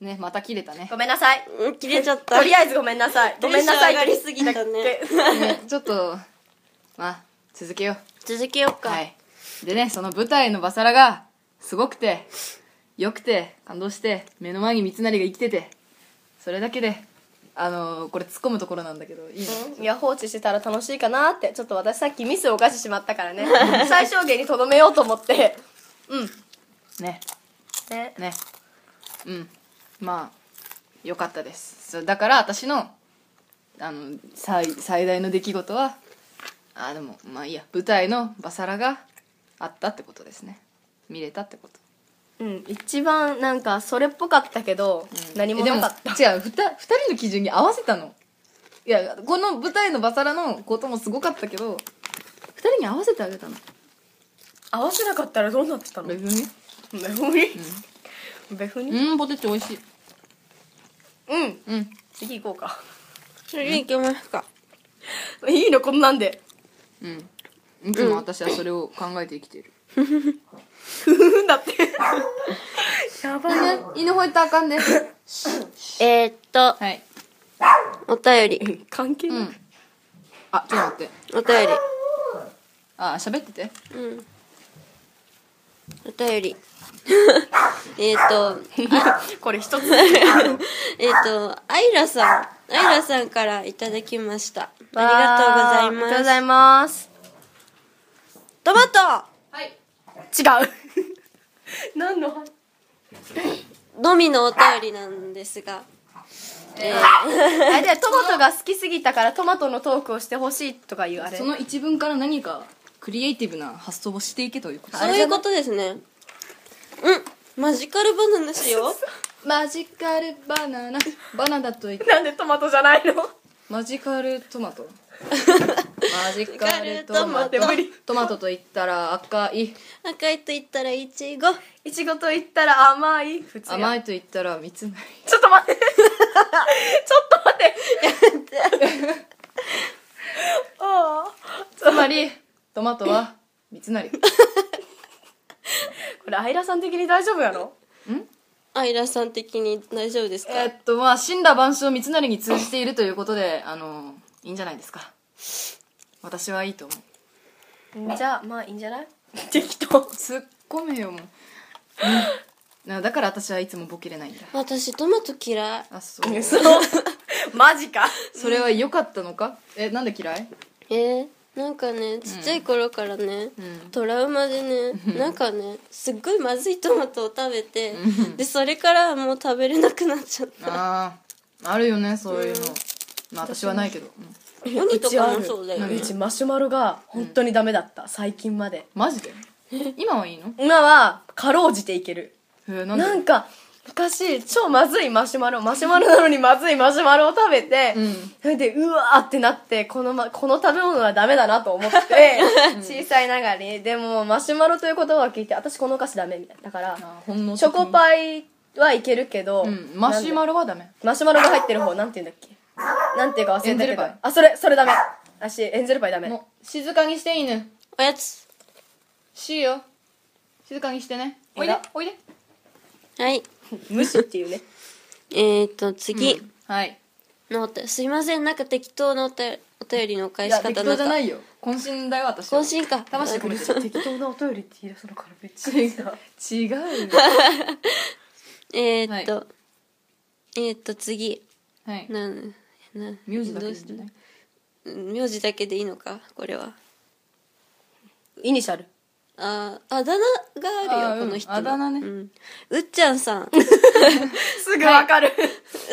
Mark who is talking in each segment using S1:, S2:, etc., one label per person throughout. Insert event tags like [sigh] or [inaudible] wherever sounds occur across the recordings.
S1: ねまた切れた
S2: [laughs]
S1: ね
S2: ごめんなさい
S3: うん切れちゃった
S2: とりあえずごめんなさい [laughs] ごめんなさい
S3: テンション上がりすぎたね
S1: ねちょっとまあ続けよう
S3: 続けようか、
S1: はい、でねその舞台のバサラがすごくてよくて感動して目の前に三成が生きててそれだけであのーこれ突っ込むところなんだけどいいの
S2: [laughs] いや放置してたら楽しいかなってちょっと私さっきミスを犯してしまったから [laughs] ね最小限にとどめようと思ってうん
S1: ね
S2: [laughs] ね
S1: ねうんまあよかったですそうだから私のあの最最大の出来事はあでもまあいいや舞台のバサラがあったってことですね見れたってこと
S2: うん一番なんかそれっぽかったけど、何もなかった
S1: た違うふた2人の基準に合わせたのいやこの舞台のバサラのこともすごかったけど2人に合わせてあげたの
S2: 合わせなかったらどうなってたの
S1: 別に
S2: ベフにベフに
S1: うんポテチ美味しい
S2: うん
S1: うん
S2: 次行こうか [laughs]
S3: 次行きますか
S2: いいのこんなんで
S1: うんいつも私はそれを考えて生きてる、
S2: だって [laughs] やばい
S1: ね犬吠えたらあかんで
S3: えー、っと
S1: はい
S3: お便り
S2: 関係
S1: う
S2: ない、
S1: んあちょっと待って
S3: お便り
S1: あ喋ってて
S3: うんお便りえーっと
S2: これ [laughs] 一つ
S3: えっと、アイラさん、アイラさんからいただきました。ありがとうございます。
S2: います
S3: トマト
S1: はい
S2: 違う [laughs] 何の話
S3: のみのお便りなんですが、
S2: あれでトマトが好きすぎたからトマトのトークをしてほしいとか言うあれ
S1: その一文から何かクリエイティブな発想をしていけということ
S3: そういうことですね。うん、マジカルバナナしよう。
S1: マジカルバナナバナナと言って
S2: なんでトマトじゃないの
S1: マジカルトマ [laughs] トマジカルトマ
S3: マジ
S1: ト
S3: カルトマト
S1: トマトと言ったら赤い
S3: 赤いと言ったらイチゴ。
S2: いちごと言ったら甘い普通や
S1: 甘いと言ったら三つ成
S2: ちょっと [laughs] 待ってちょっと待ってあ
S1: つまりトマトは三つ成
S2: あこれアイラさん的に大丈夫やろ
S3: アイラさん的に大丈夫ですか、
S1: えっとまあ神羅万象三つ成に通じているということであのいいんじゃないですか私はいいと思う
S2: じゃあまあいいんじゃない適当
S1: 突っ込めよもう、うんなだから私はいつもボケれないんだ
S3: 私トマト嫌い。
S1: あそう
S2: そうマジか
S1: それは良かったのかえなんで嫌い
S3: えーなんかねちっちゃい頃からね、
S1: うん
S3: トラウマでねなんかねすっごいまずいトマトを食べてでそれからはもう食べれなくなっちゃった
S1: あああるよねそういうの、まあ私はないけど、うん
S3: おにとかもそうだ
S2: う
S3: よね
S2: ちマシュマロが本当にダメだった、最近まで
S1: マジで今はいいの
S2: 今はかろうじていける
S1: へえなんで
S2: なんか昔超まずいマシュマロマシュマロなのにまずいマシュマロを食べて、
S1: うん
S2: それでうわーってなってこの,、ま、この食べ物はダメだな
S1: [laughs]
S2: と思って小さいながらにでもマシュマロという言葉を聞いて私このお菓子ダメみたいなだから
S1: あほんの
S2: チョコ
S1: イ、
S2: パイはいけるけど、
S1: うん、マシュ
S2: ロ
S1: マロはダメ
S2: マシュマロが入っ
S1: [laughs]
S2: てる方なんて言うんだっけなんていうか忘れ
S1: エンゼ
S2: たけ
S1: ル
S2: ど
S1: パイ
S2: あそれそれダメ私エンゼルパイダメ
S1: もう静かにして犬
S3: おやつ
S1: C よ静かにしてねおい
S2: え
S1: で
S2: ら
S1: おいで
S3: はい
S2: 無視っ
S1: [laughs]
S2: ていうね
S3: えっ、ー、と次、
S1: はい
S3: のお便すいませんなんか適当なお便お便りの返
S1: い
S3: し
S1: や
S3: 方
S1: 適当じゃないいよ渾身だよ私は
S3: 懇親か
S1: 魂込めてる
S2: 適当なお便りって言い出すのからめっちゃいいな
S1: 違うよ
S3: えっ、ー、と、
S1: は
S3: えっ、ー、と次
S1: はい
S3: なんなん
S1: 名字だけ
S3: ど
S1: で
S3: う
S1: いいん
S3: し
S1: じゃない
S3: うん名字だけでいいのかこれは
S2: [laughs] イニシャル
S3: あーあだ名があるよ
S1: あーうん
S3: この人の
S1: あだ名ね
S3: うん、うっちゃん [laughs] さんうっ
S2: すぐわかる、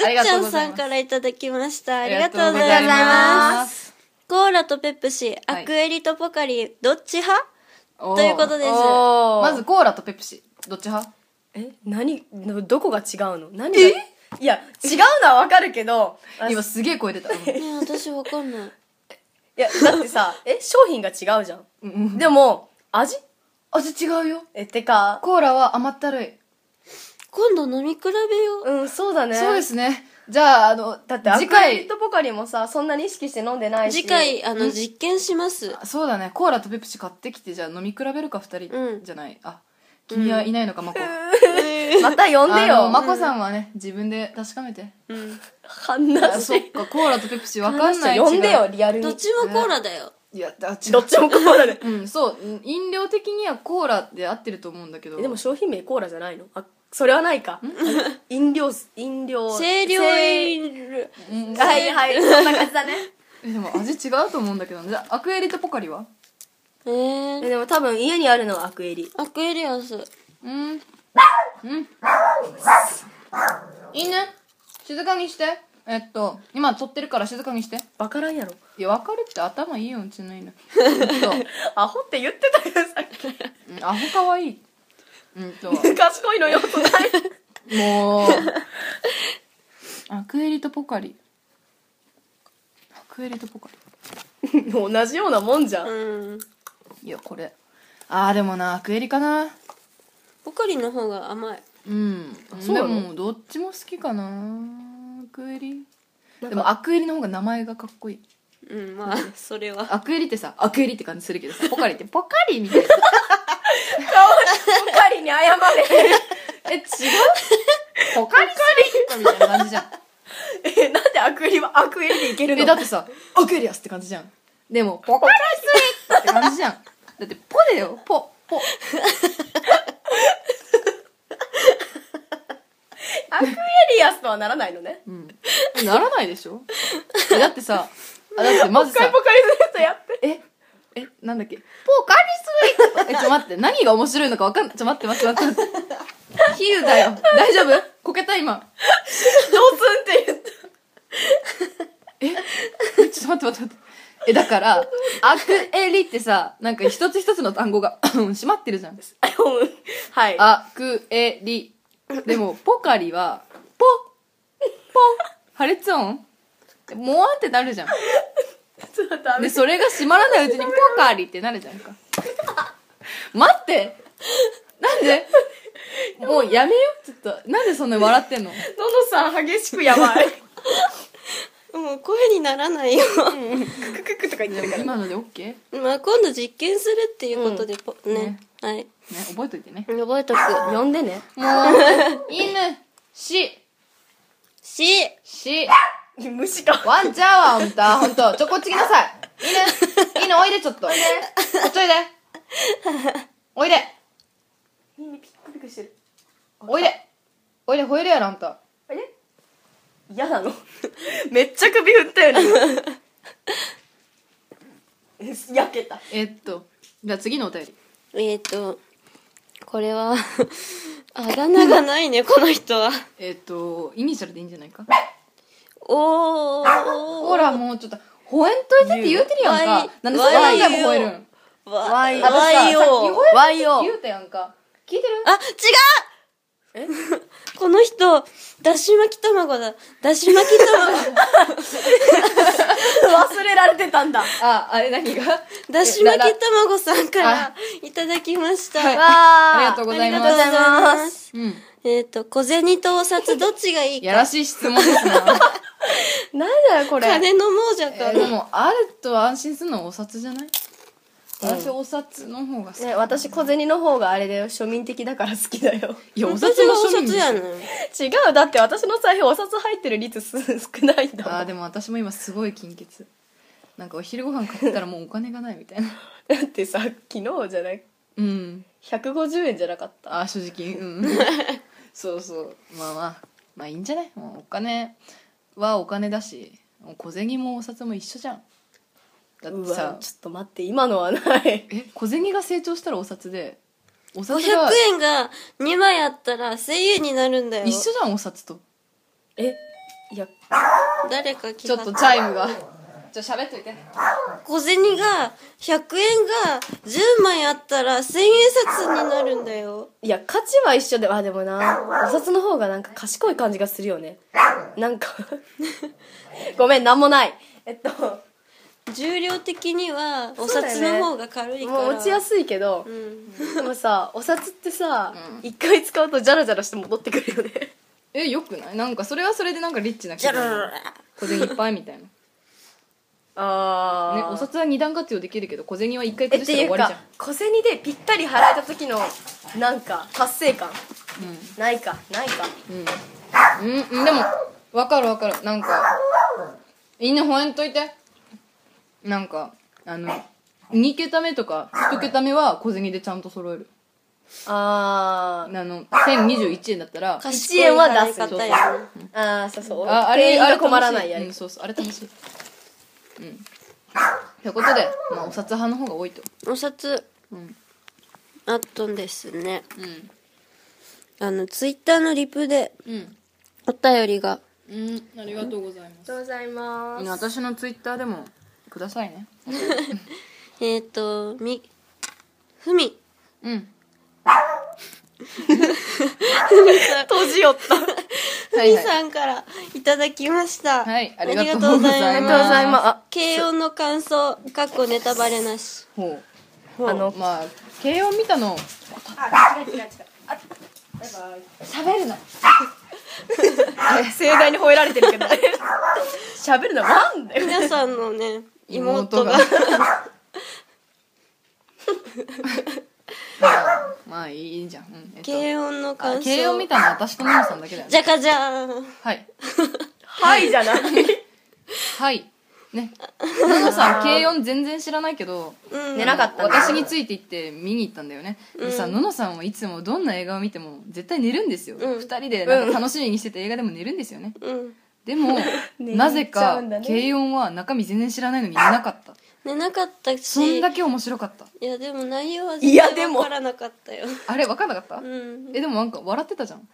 S1: ありが
S3: ち
S1: と
S3: ゃ
S1: うんござ
S3: さ
S1: い
S3: ん
S1: ます
S3: からいただきました
S1: あ
S3: ありがとうございます
S1: す
S3: コーラとペプシアクエリとポカリどっち派ということです
S2: おー
S1: まずコーラとペプシどっち派
S2: え何どどこが違うの何がいや違うのはわかるけどあい
S1: 今すげえ声出た
S3: ねえ私わかんない
S2: やだってさ [laughs] え商品が違うじゃん、でも味
S1: 味違うよ
S2: えてか
S1: コーラは甘ったるい
S3: 今度飲み比べよう
S2: うんそうだね
S1: そうですねじゃああの
S2: だってアク
S1: 次
S2: エリ
S1: 回
S2: とポカリもさそんなに意識して飲んでないし
S3: 次回あの実験します
S1: そうだねコーラとペプシ買ってきてじゃあ飲み比べるか2人、
S3: うん
S1: じゃないあ君はいないのか、マコ
S2: うまた呼んで
S1: あの
S2: よ。
S1: マコさんはね自分で確かめて
S3: うん
S1: あそ
S2: 話
S1: っかコーラとペプシ分かんない違う
S2: 呼んでよ、リアルに。
S3: どっちもコーラだよ
S1: いやあ違う
S2: どっちもコーラで。
S1: うんそう飲料的にはコーラで合ってると思うんだけど
S2: [laughs] えでも商品名コーラじゃないのあ、それはないか。飲料、飲料。
S3: 清涼
S2: 清
S3: 飲料
S1: うん
S2: はいはい、そんな感じだね。
S1: えでも味違うと思うんだけどねじゃあアクエリとポカリは
S3: えー
S2: えでも多分家にあるのはアクエリ。
S3: アクエリアス
S1: うんうんいいね静かにしてえっと今撮ってるから静かにして
S2: わからんやろ。
S1: いや分かるって頭いいようちの犬うんと
S2: アホって言ってたよ、さっき。
S1: うんアホかわいいうんと
S2: 賢いのよ、とない。 [laughs]
S1: もうアクエリとポカリアクエリとポカ
S2: 同じようなもんじゃん。
S3: うん
S1: リいやこれあーでもなアクエリかな
S3: ポカリの方が甘い
S1: うん
S2: そうなの
S1: でもどっちも好きかなアクエリ
S2: なんか
S1: でもアクエリの方が名前がかっこいい
S3: うんまあそれは
S1: アクエリってさアクエリって感じするけどさポカリってポカリみたいな
S2: ポカリに謝れ。
S1: え違う [laughs] ポカリポカリみたいな感じじゃん
S2: え、なんでアクエリはアクエリでいけるの
S1: えだってさアクエリアスって感じじゃんでもポカリスイートって感じじゃんだってポだよポポ
S2: アクエリアスとはならないのね。
S1: うんならないでしょえだってさあだってまず
S2: 一回
S1: さ
S2: ポカリスエットやって。
S1: ええなんだっけポカリスイートえちょ待って何が面白いのかわかんないちょ待って待って待って待って比喩だよ大丈夫こけた今
S2: ドツンって言った。
S1: えちょっと待って待って待って。え、だから、アクエリってさ、なんか一つ一つの単語が閉まってるじゃん。
S2: はい。
S1: アクエリ。でも、ポカリは、ポ、ポ、破裂音もわってなるじゃん。
S2: ちょっとダ
S1: で、。
S2: メ
S1: それが閉まらないうちにポカリってなるじゃんか。待ってなんでもうやめようちょっと。なんでそんなに笑ってんの
S2: ののさん激しくやばい。
S3: もう声にならないよ、
S2: ククククとか言ってるから。
S1: 今ので OK? ね、
S3: まあ今度実験するっていうことでポ、ねはい
S1: 覚えといてね。
S3: 覚えとく
S2: 呼んでね。
S1: もう、犬、し、
S3: し
S1: し、
S2: 虫か。
S1: ワンちゃんは、ほんと、ほんと、ちょ、こっち来なさい。犬、犬、おいで、ちょっと。おいで。こっちおいで。おいで。
S2: 耳ピクピクしてる。
S1: おいで。おいで、吠えるやろ、あんた。
S2: あれ嫌なのめっちゃ首振ったよね。今焼けた。
S1: えっと、じゃあ次のお便り。
S3: えっ、とこれは [laughs] あだ名がないねこの人は
S1: えっと、イニシャルでいいんじゃないか。
S3: おお
S1: ほら、もうちょっと、吠えんといてって言うてるやん
S3: わい
S1: か。なんでそんな何回も吠える
S3: わ
S1: ん
S3: わい
S1: あとさ
S3: わいよ
S1: さっき吠える
S2: わいよ
S1: 言うたやんか。聞いてる
S3: あ違う
S2: え
S3: [laughs] この人だし巻き卵だだし巻き
S2: [laughs]
S3: 卵
S2: 忘れられてたんだ。わ
S1: あ、あれ何が
S3: だし巻き卵さんからいただきました、
S1: はい
S2: あ
S1: ありがとうございます
S2: ありがとうございます。
S3: す
S1: うん。
S3: えっ、と小銭とお札どっちがいい
S1: やら
S3: か
S1: しい質問ですな。
S2: なんだよ、これ。
S3: 金の亡者
S1: え
S3: か
S1: ーで
S3: な、
S1: も、あると安心するのはお札じゃない私、お札の方が好き。
S2: ね、私小銭の方があれだよ庶民的だから好きだよ [laughs]
S1: いや、お
S3: お
S1: 札
S3: 札
S1: の
S3: がお
S1: 庶民
S3: 札
S1: でしょ
S3: やな
S2: 違うだって私の財布お札入ってる率す少ないんだもん
S1: あーでも私も今すごい金欠なんかお昼ご飯買ったらもうお金がないみたいな
S2: だってさ昨日じゃない
S1: うん
S2: 150円じゃなかった
S1: あー正直うんそうそうまあまあまあいいんじゃないもうお金はお金だしもう小銭もお札も一緒じゃんだっ
S2: う
S1: て
S2: わ
S1: さ
S2: ちょっと待って今のはない
S1: え小銭が成長したらお札でお
S3: 500
S1: 札が
S3: 円が2枚あったら1000円になるんだよ
S1: 一緒じゃんお札と
S2: えいや
S3: 誰か気
S1: ちょ
S3: が
S1: っとチャイムがちょ喋っといて
S3: 小銭が100円が10枚あったら1000円札になるんだよ
S2: いや価値は一緒であでもなお札の方がなんか賢い感じがするよねなんかごめんなんもないえっと
S3: 重量的にはお
S2: そ
S3: 札
S2: うだよ
S3: の
S2: ね
S3: 方が軽いから
S2: もう持ちやすいけど
S3: う、ん
S2: でもさお札ってさ
S1: う
S2: 一、回使うとジャラジャラして戻ってくるよね
S1: えよくないなんかそれはそれでなんかリッチな気
S3: じゃ
S1: 分
S3: ら
S1: 小銭いっぱいみたいな
S2: あ
S1: ね、お札は二段活用できるけど小銭は一回崩したら終わりじゃん
S2: 小銭でぴったり払えた時のなんか達成感ないかないか
S1: うん、うん、でもわかるわかるなんか犬吠えんといてなんかあの2桁目とか1桁目は小銭でちゃんと揃える
S2: あ
S1: あ
S2: ー
S1: の1021円だったら
S3: 賢い払い方やね
S2: あーそうそう
S1: ああ
S2: 店
S1: れ
S2: 員
S1: あれ
S2: が困らないや
S1: り、
S2: り
S1: う
S2: 方
S1: ん、そうそうあれ楽しいうんということで、まあ、お札派の方が多いと
S3: お札
S1: うん
S3: あったんですね
S1: うん
S3: あのツイッターのリプで
S1: うん
S3: お便りが
S1: うんありがとうございま
S2: ありがとうございます
S1: 私のツイッターでもくださいね
S3: えっ、ー、とみふみ
S1: うん
S3: 閉じよったふ
S1: はい
S3: み
S1: はい
S3: さんからいただきました
S1: はいありがとうございます
S3: あり
S2: ありがとうございますあ
S3: 慶応の感想かっこネタバレなし
S1: ほう
S2: あの
S1: まあ慶応見たの
S2: あ違う違う違うあバイバイ
S1: 喋るの
S2: 盛大に吠えられてるけど [laughs] 喋るのなんだよ
S3: 皆さんのね妹
S1: [laughs] 妹が
S3: が
S1: まあまあいいじゃん、うんえっと
S3: 慶応の感
S1: あ
S3: 想
S1: 慶応見たのは私とマミさんだけだよね
S3: じゃかじゃーん
S1: はい
S2: はいじゃない
S1: はいねママさん慶応全然知らないけど
S3: うん
S2: 寝なかったね
S1: 私について行って見に行ったんだよね、でさののさんはいつもどんな映画を見ても絶対寝るんですよ、
S3: うん
S1: 二人でなんか楽しみにしてた映画でも寝るんですよね
S3: うん
S1: でも、
S2: 寝
S1: なぜ
S2: ちゃ
S1: か
S2: うんだね
S1: 慶応は中身全然知らないのに寝なかった
S3: 寝なかったし
S1: そんだけ面白かった
S3: いやでも内容はい
S2: や
S3: 全
S2: で
S3: 然
S2: も
S3: わからなかったよ
S1: あれ分かんなかった、
S3: うんギ
S1: えでもなんか笑ってたじゃん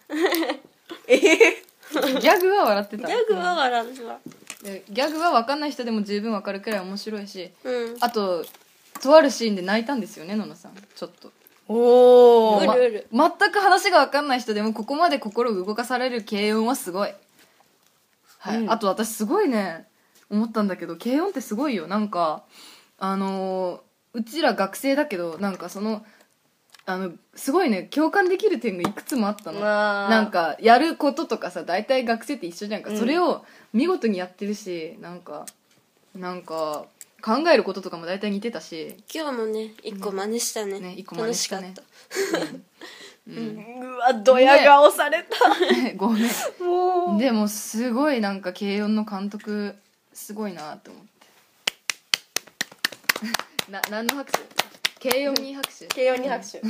S2: ええ
S1: ギャグは笑ってた
S3: ャグは笑うわ
S1: でギャグは分かんない人でも十分分かるくらい面白いし
S3: うん
S1: あととあるシーンで泣いたんですよねののさんちょっと
S2: おお
S3: うるうる
S1: ま全く話が分かんない人でもここまで心動かされる軽音はすごい、はい
S2: うん
S1: あと私すごいね思ったんだけど軽音ってすごいよなんかあのーうちら学生だけどなんかそのあのすごいね共感できる点がいくつもあったのなんかやることとかさ大体学生って一緒じゃんか、
S2: うん
S1: それを見事にやってるしなんかなんか考えることとかも大体似てたし、
S3: 今日もね一個真似したね,、
S1: ね一個真似したね
S3: 楽しかっ
S1: う、
S2: うんわドヤ顔された、
S1: [laughs] ごめん
S2: もう
S1: でもすごいなんか軽音の監督すごいなって [laughs] 思ってな何の拍手軽音に拍手
S2: 慶応に拍手
S1: で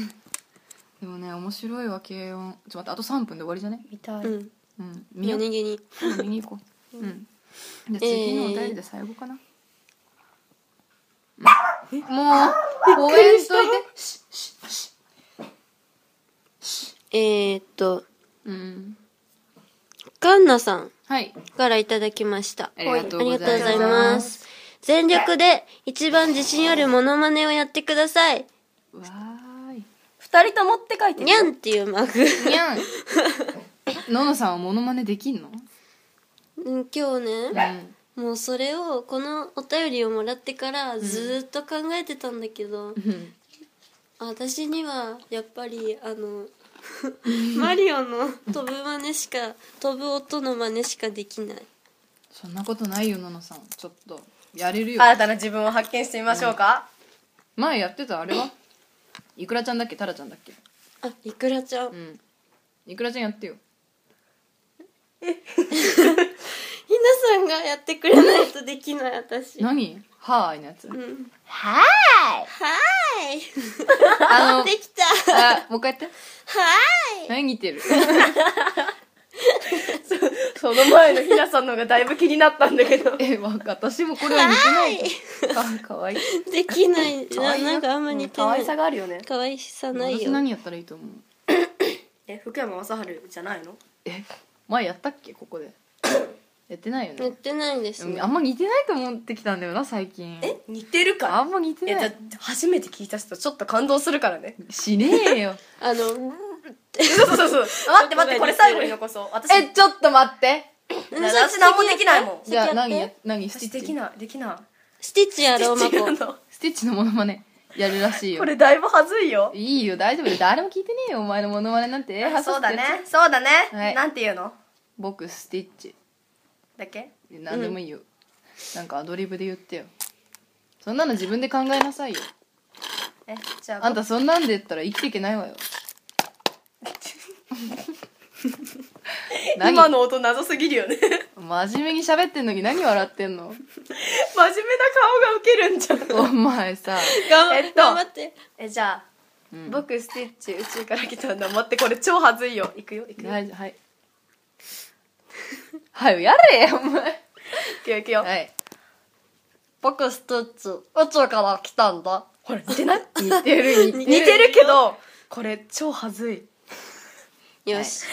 S1: もね面白いわ軽音ちょっと待ってあと3分で終わりじゃね
S2: 見た
S3: た
S2: い、
S3: うん
S1: うん見よ
S3: 夜
S1: う
S3: 逃げに
S1: 見に行こううんじゃあ次のお便りで最後かな、もう応援しといて
S3: えー、っと
S1: うん
S3: カンナさん
S1: はい
S3: からいただきました
S1: ありがとうございます
S3: ありがとうございます全力で一番自信あるモノマネをやってください
S1: わーい
S2: 二人ともって書いて
S3: にゃんっていうマグ
S1: にゃんののさんはモノマネできんの
S3: うん今日
S1: う
S3: ね
S1: ん
S3: もうそれをこのお便りをもらってからずーっと考えてたんだけど、
S1: うん
S3: 私にはやっぱりあ [laughs] のマリオの飛ぶ真似しか飛ぶ音の真似しかできない
S1: そんなことないよののさんちょっとやれるよ
S2: 新たな自分を発見してみましょうか、
S1: 前やってたあれはいくらちゃんだっけタラちゃんだっけ
S3: あいくらちゃん、
S1: う
S3: ひなん
S1: いくらちゃんやってよ
S3: さんがやってくれないとできない [laughs] 私は
S1: 何はーいのやつ
S3: ーい
S1: あの
S3: できた
S1: あもう一回やって
S3: は
S1: 何似てる
S2: その前のひなさんのがだいぶ気になったんだけど
S1: え、わか私もこれは似てない。かかわいい。
S3: ーいでき [laughs] ないななんかあんま似てな
S2: 可愛
S3: い
S2: さがあるよね
S3: 可愛さない
S1: 私
S3: よ
S1: 何やったらいいと思う
S2: え福山雅治じゃないの
S1: え、前やったっけここ
S2: [coughs]
S1: で。やってないよ
S3: 塗っ
S1: ね。
S3: てないんです
S1: うん
S3: ね
S1: あんま似てないと思ってきたんだよな、最近。
S2: え似てる
S1: あ
S2: か
S1: んま似て
S2: いや
S1: な
S2: だっ
S1: い
S2: て。初めて聞いた人ちょっと感動するからね
S1: しねえよ。
S3: あの
S2: [laughs] そうそうそう待って待ってこれ最後に残そう私
S1: え、ちょっと待って。
S2: 私何もできないもん
S1: じゃあ
S3: 先やって
S1: 何や、何、ステ
S2: 私
S1: ィ
S2: で
S1: ッ
S2: き
S1: チ。
S2: ないできな
S3: スティッチや
S2: い
S3: ろうま
S2: 違う [laughs]
S3: こ
S2: の
S1: スティッチのモノマネやるらしい
S2: こ
S1: よ。
S2: れだいぶはずいよ
S1: いいよ、大丈夫だよ。誰も聞いてねえよ、お前のモノマネなんて。え
S2: そうだ。
S1: はさってや
S2: ねそうだね、
S1: はい
S2: なんていうの
S1: つ僕、スティッチ。
S2: だっけ
S1: 何でもいいよ。なんかアドリブで言ってよ。そんなの自分で考えなさいよ。
S2: えじゃあ [laughs]
S1: あんたそんなんで言ったら生きていけないわよ何
S2: 今の音謎すぎるよね [laughs] 真面目な
S1: 真面目に喋ってんのに何笑ってんの
S2: 顔がウケるんじゃん
S1: お前さ
S3: 頑張
S2: えっと
S3: 頑張って
S2: えじゃあ、
S1: うん
S2: 僕スティッチ宇宙から来たんだ待ってこれ超はずいよいくよいくよい
S1: 大丈夫はいはいやれお前
S2: くよいくよ、
S1: はい
S3: 僕ステッチ宇宙から来たんだ
S2: ほら似てない
S1: 似てる似てる
S2: 似てるけどこれ超はずいよ
S3: よし、
S2: し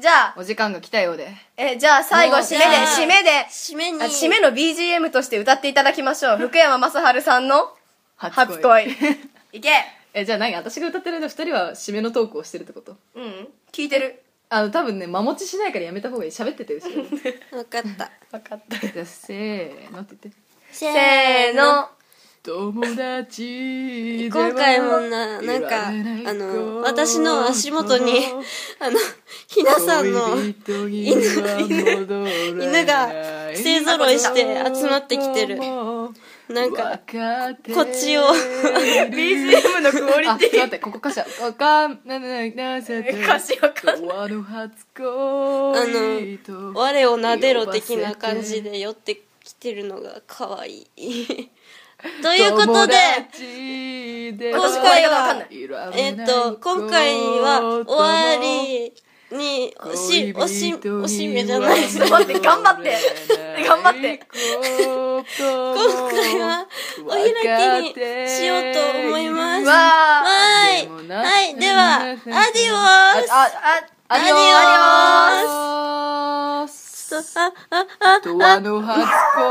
S2: じゃあ
S1: お時間が来たようで
S2: えじゃあ最後
S1: もうじ
S2: 締めで
S1: ゃあ
S2: 締めで
S3: 締めに
S2: あ締めの BGM として歌っていただきましょう福山雅治さんの初恋 [laughs] いけ
S1: [laughs] えじゃあ何私が歌ってる間2人は締めのトークをしてるってこと
S2: うん聞いて [laughs] る
S1: あの多分ね間持ちしないからやめた方がいい喋ってて後ろでじ
S3: 分かった
S2: 分かった
S1: ゃあせーのって言って
S3: [laughs] せ
S2: せーの
S1: 友達
S3: 今回もななんかあの私の足元にあのひなさんの
S1: 犬
S3: 犬が勢ぞろいして集まってきてるなんかこっちを
S2: BGM のクオリ
S1: あ、ちょっと待
S2: テ
S1: っ
S2: ィ
S1: て、ここ歌詞は、わかんなななさて、
S2: 歌詞わかん
S1: 永遠の初恋と
S3: 我をなでろ的な感じで寄ってきてるのが可愛 [laughs] いということで
S1: 今
S3: 今
S2: 私
S3: 回
S2: 声がわかんない
S3: はえっ、と今回は終わりにおしおしおしめじゃない
S2: ちょっと待って頑張って頑張って
S3: 今
S1: 今
S3: 回はお開きにしようと思います
S2: わ
S3: は
S2: あ
S3: ーい。はい。では、アディオース
S2: ああ
S1: アディオース
S3: あ、あ、あ、
S1: ドアの初恋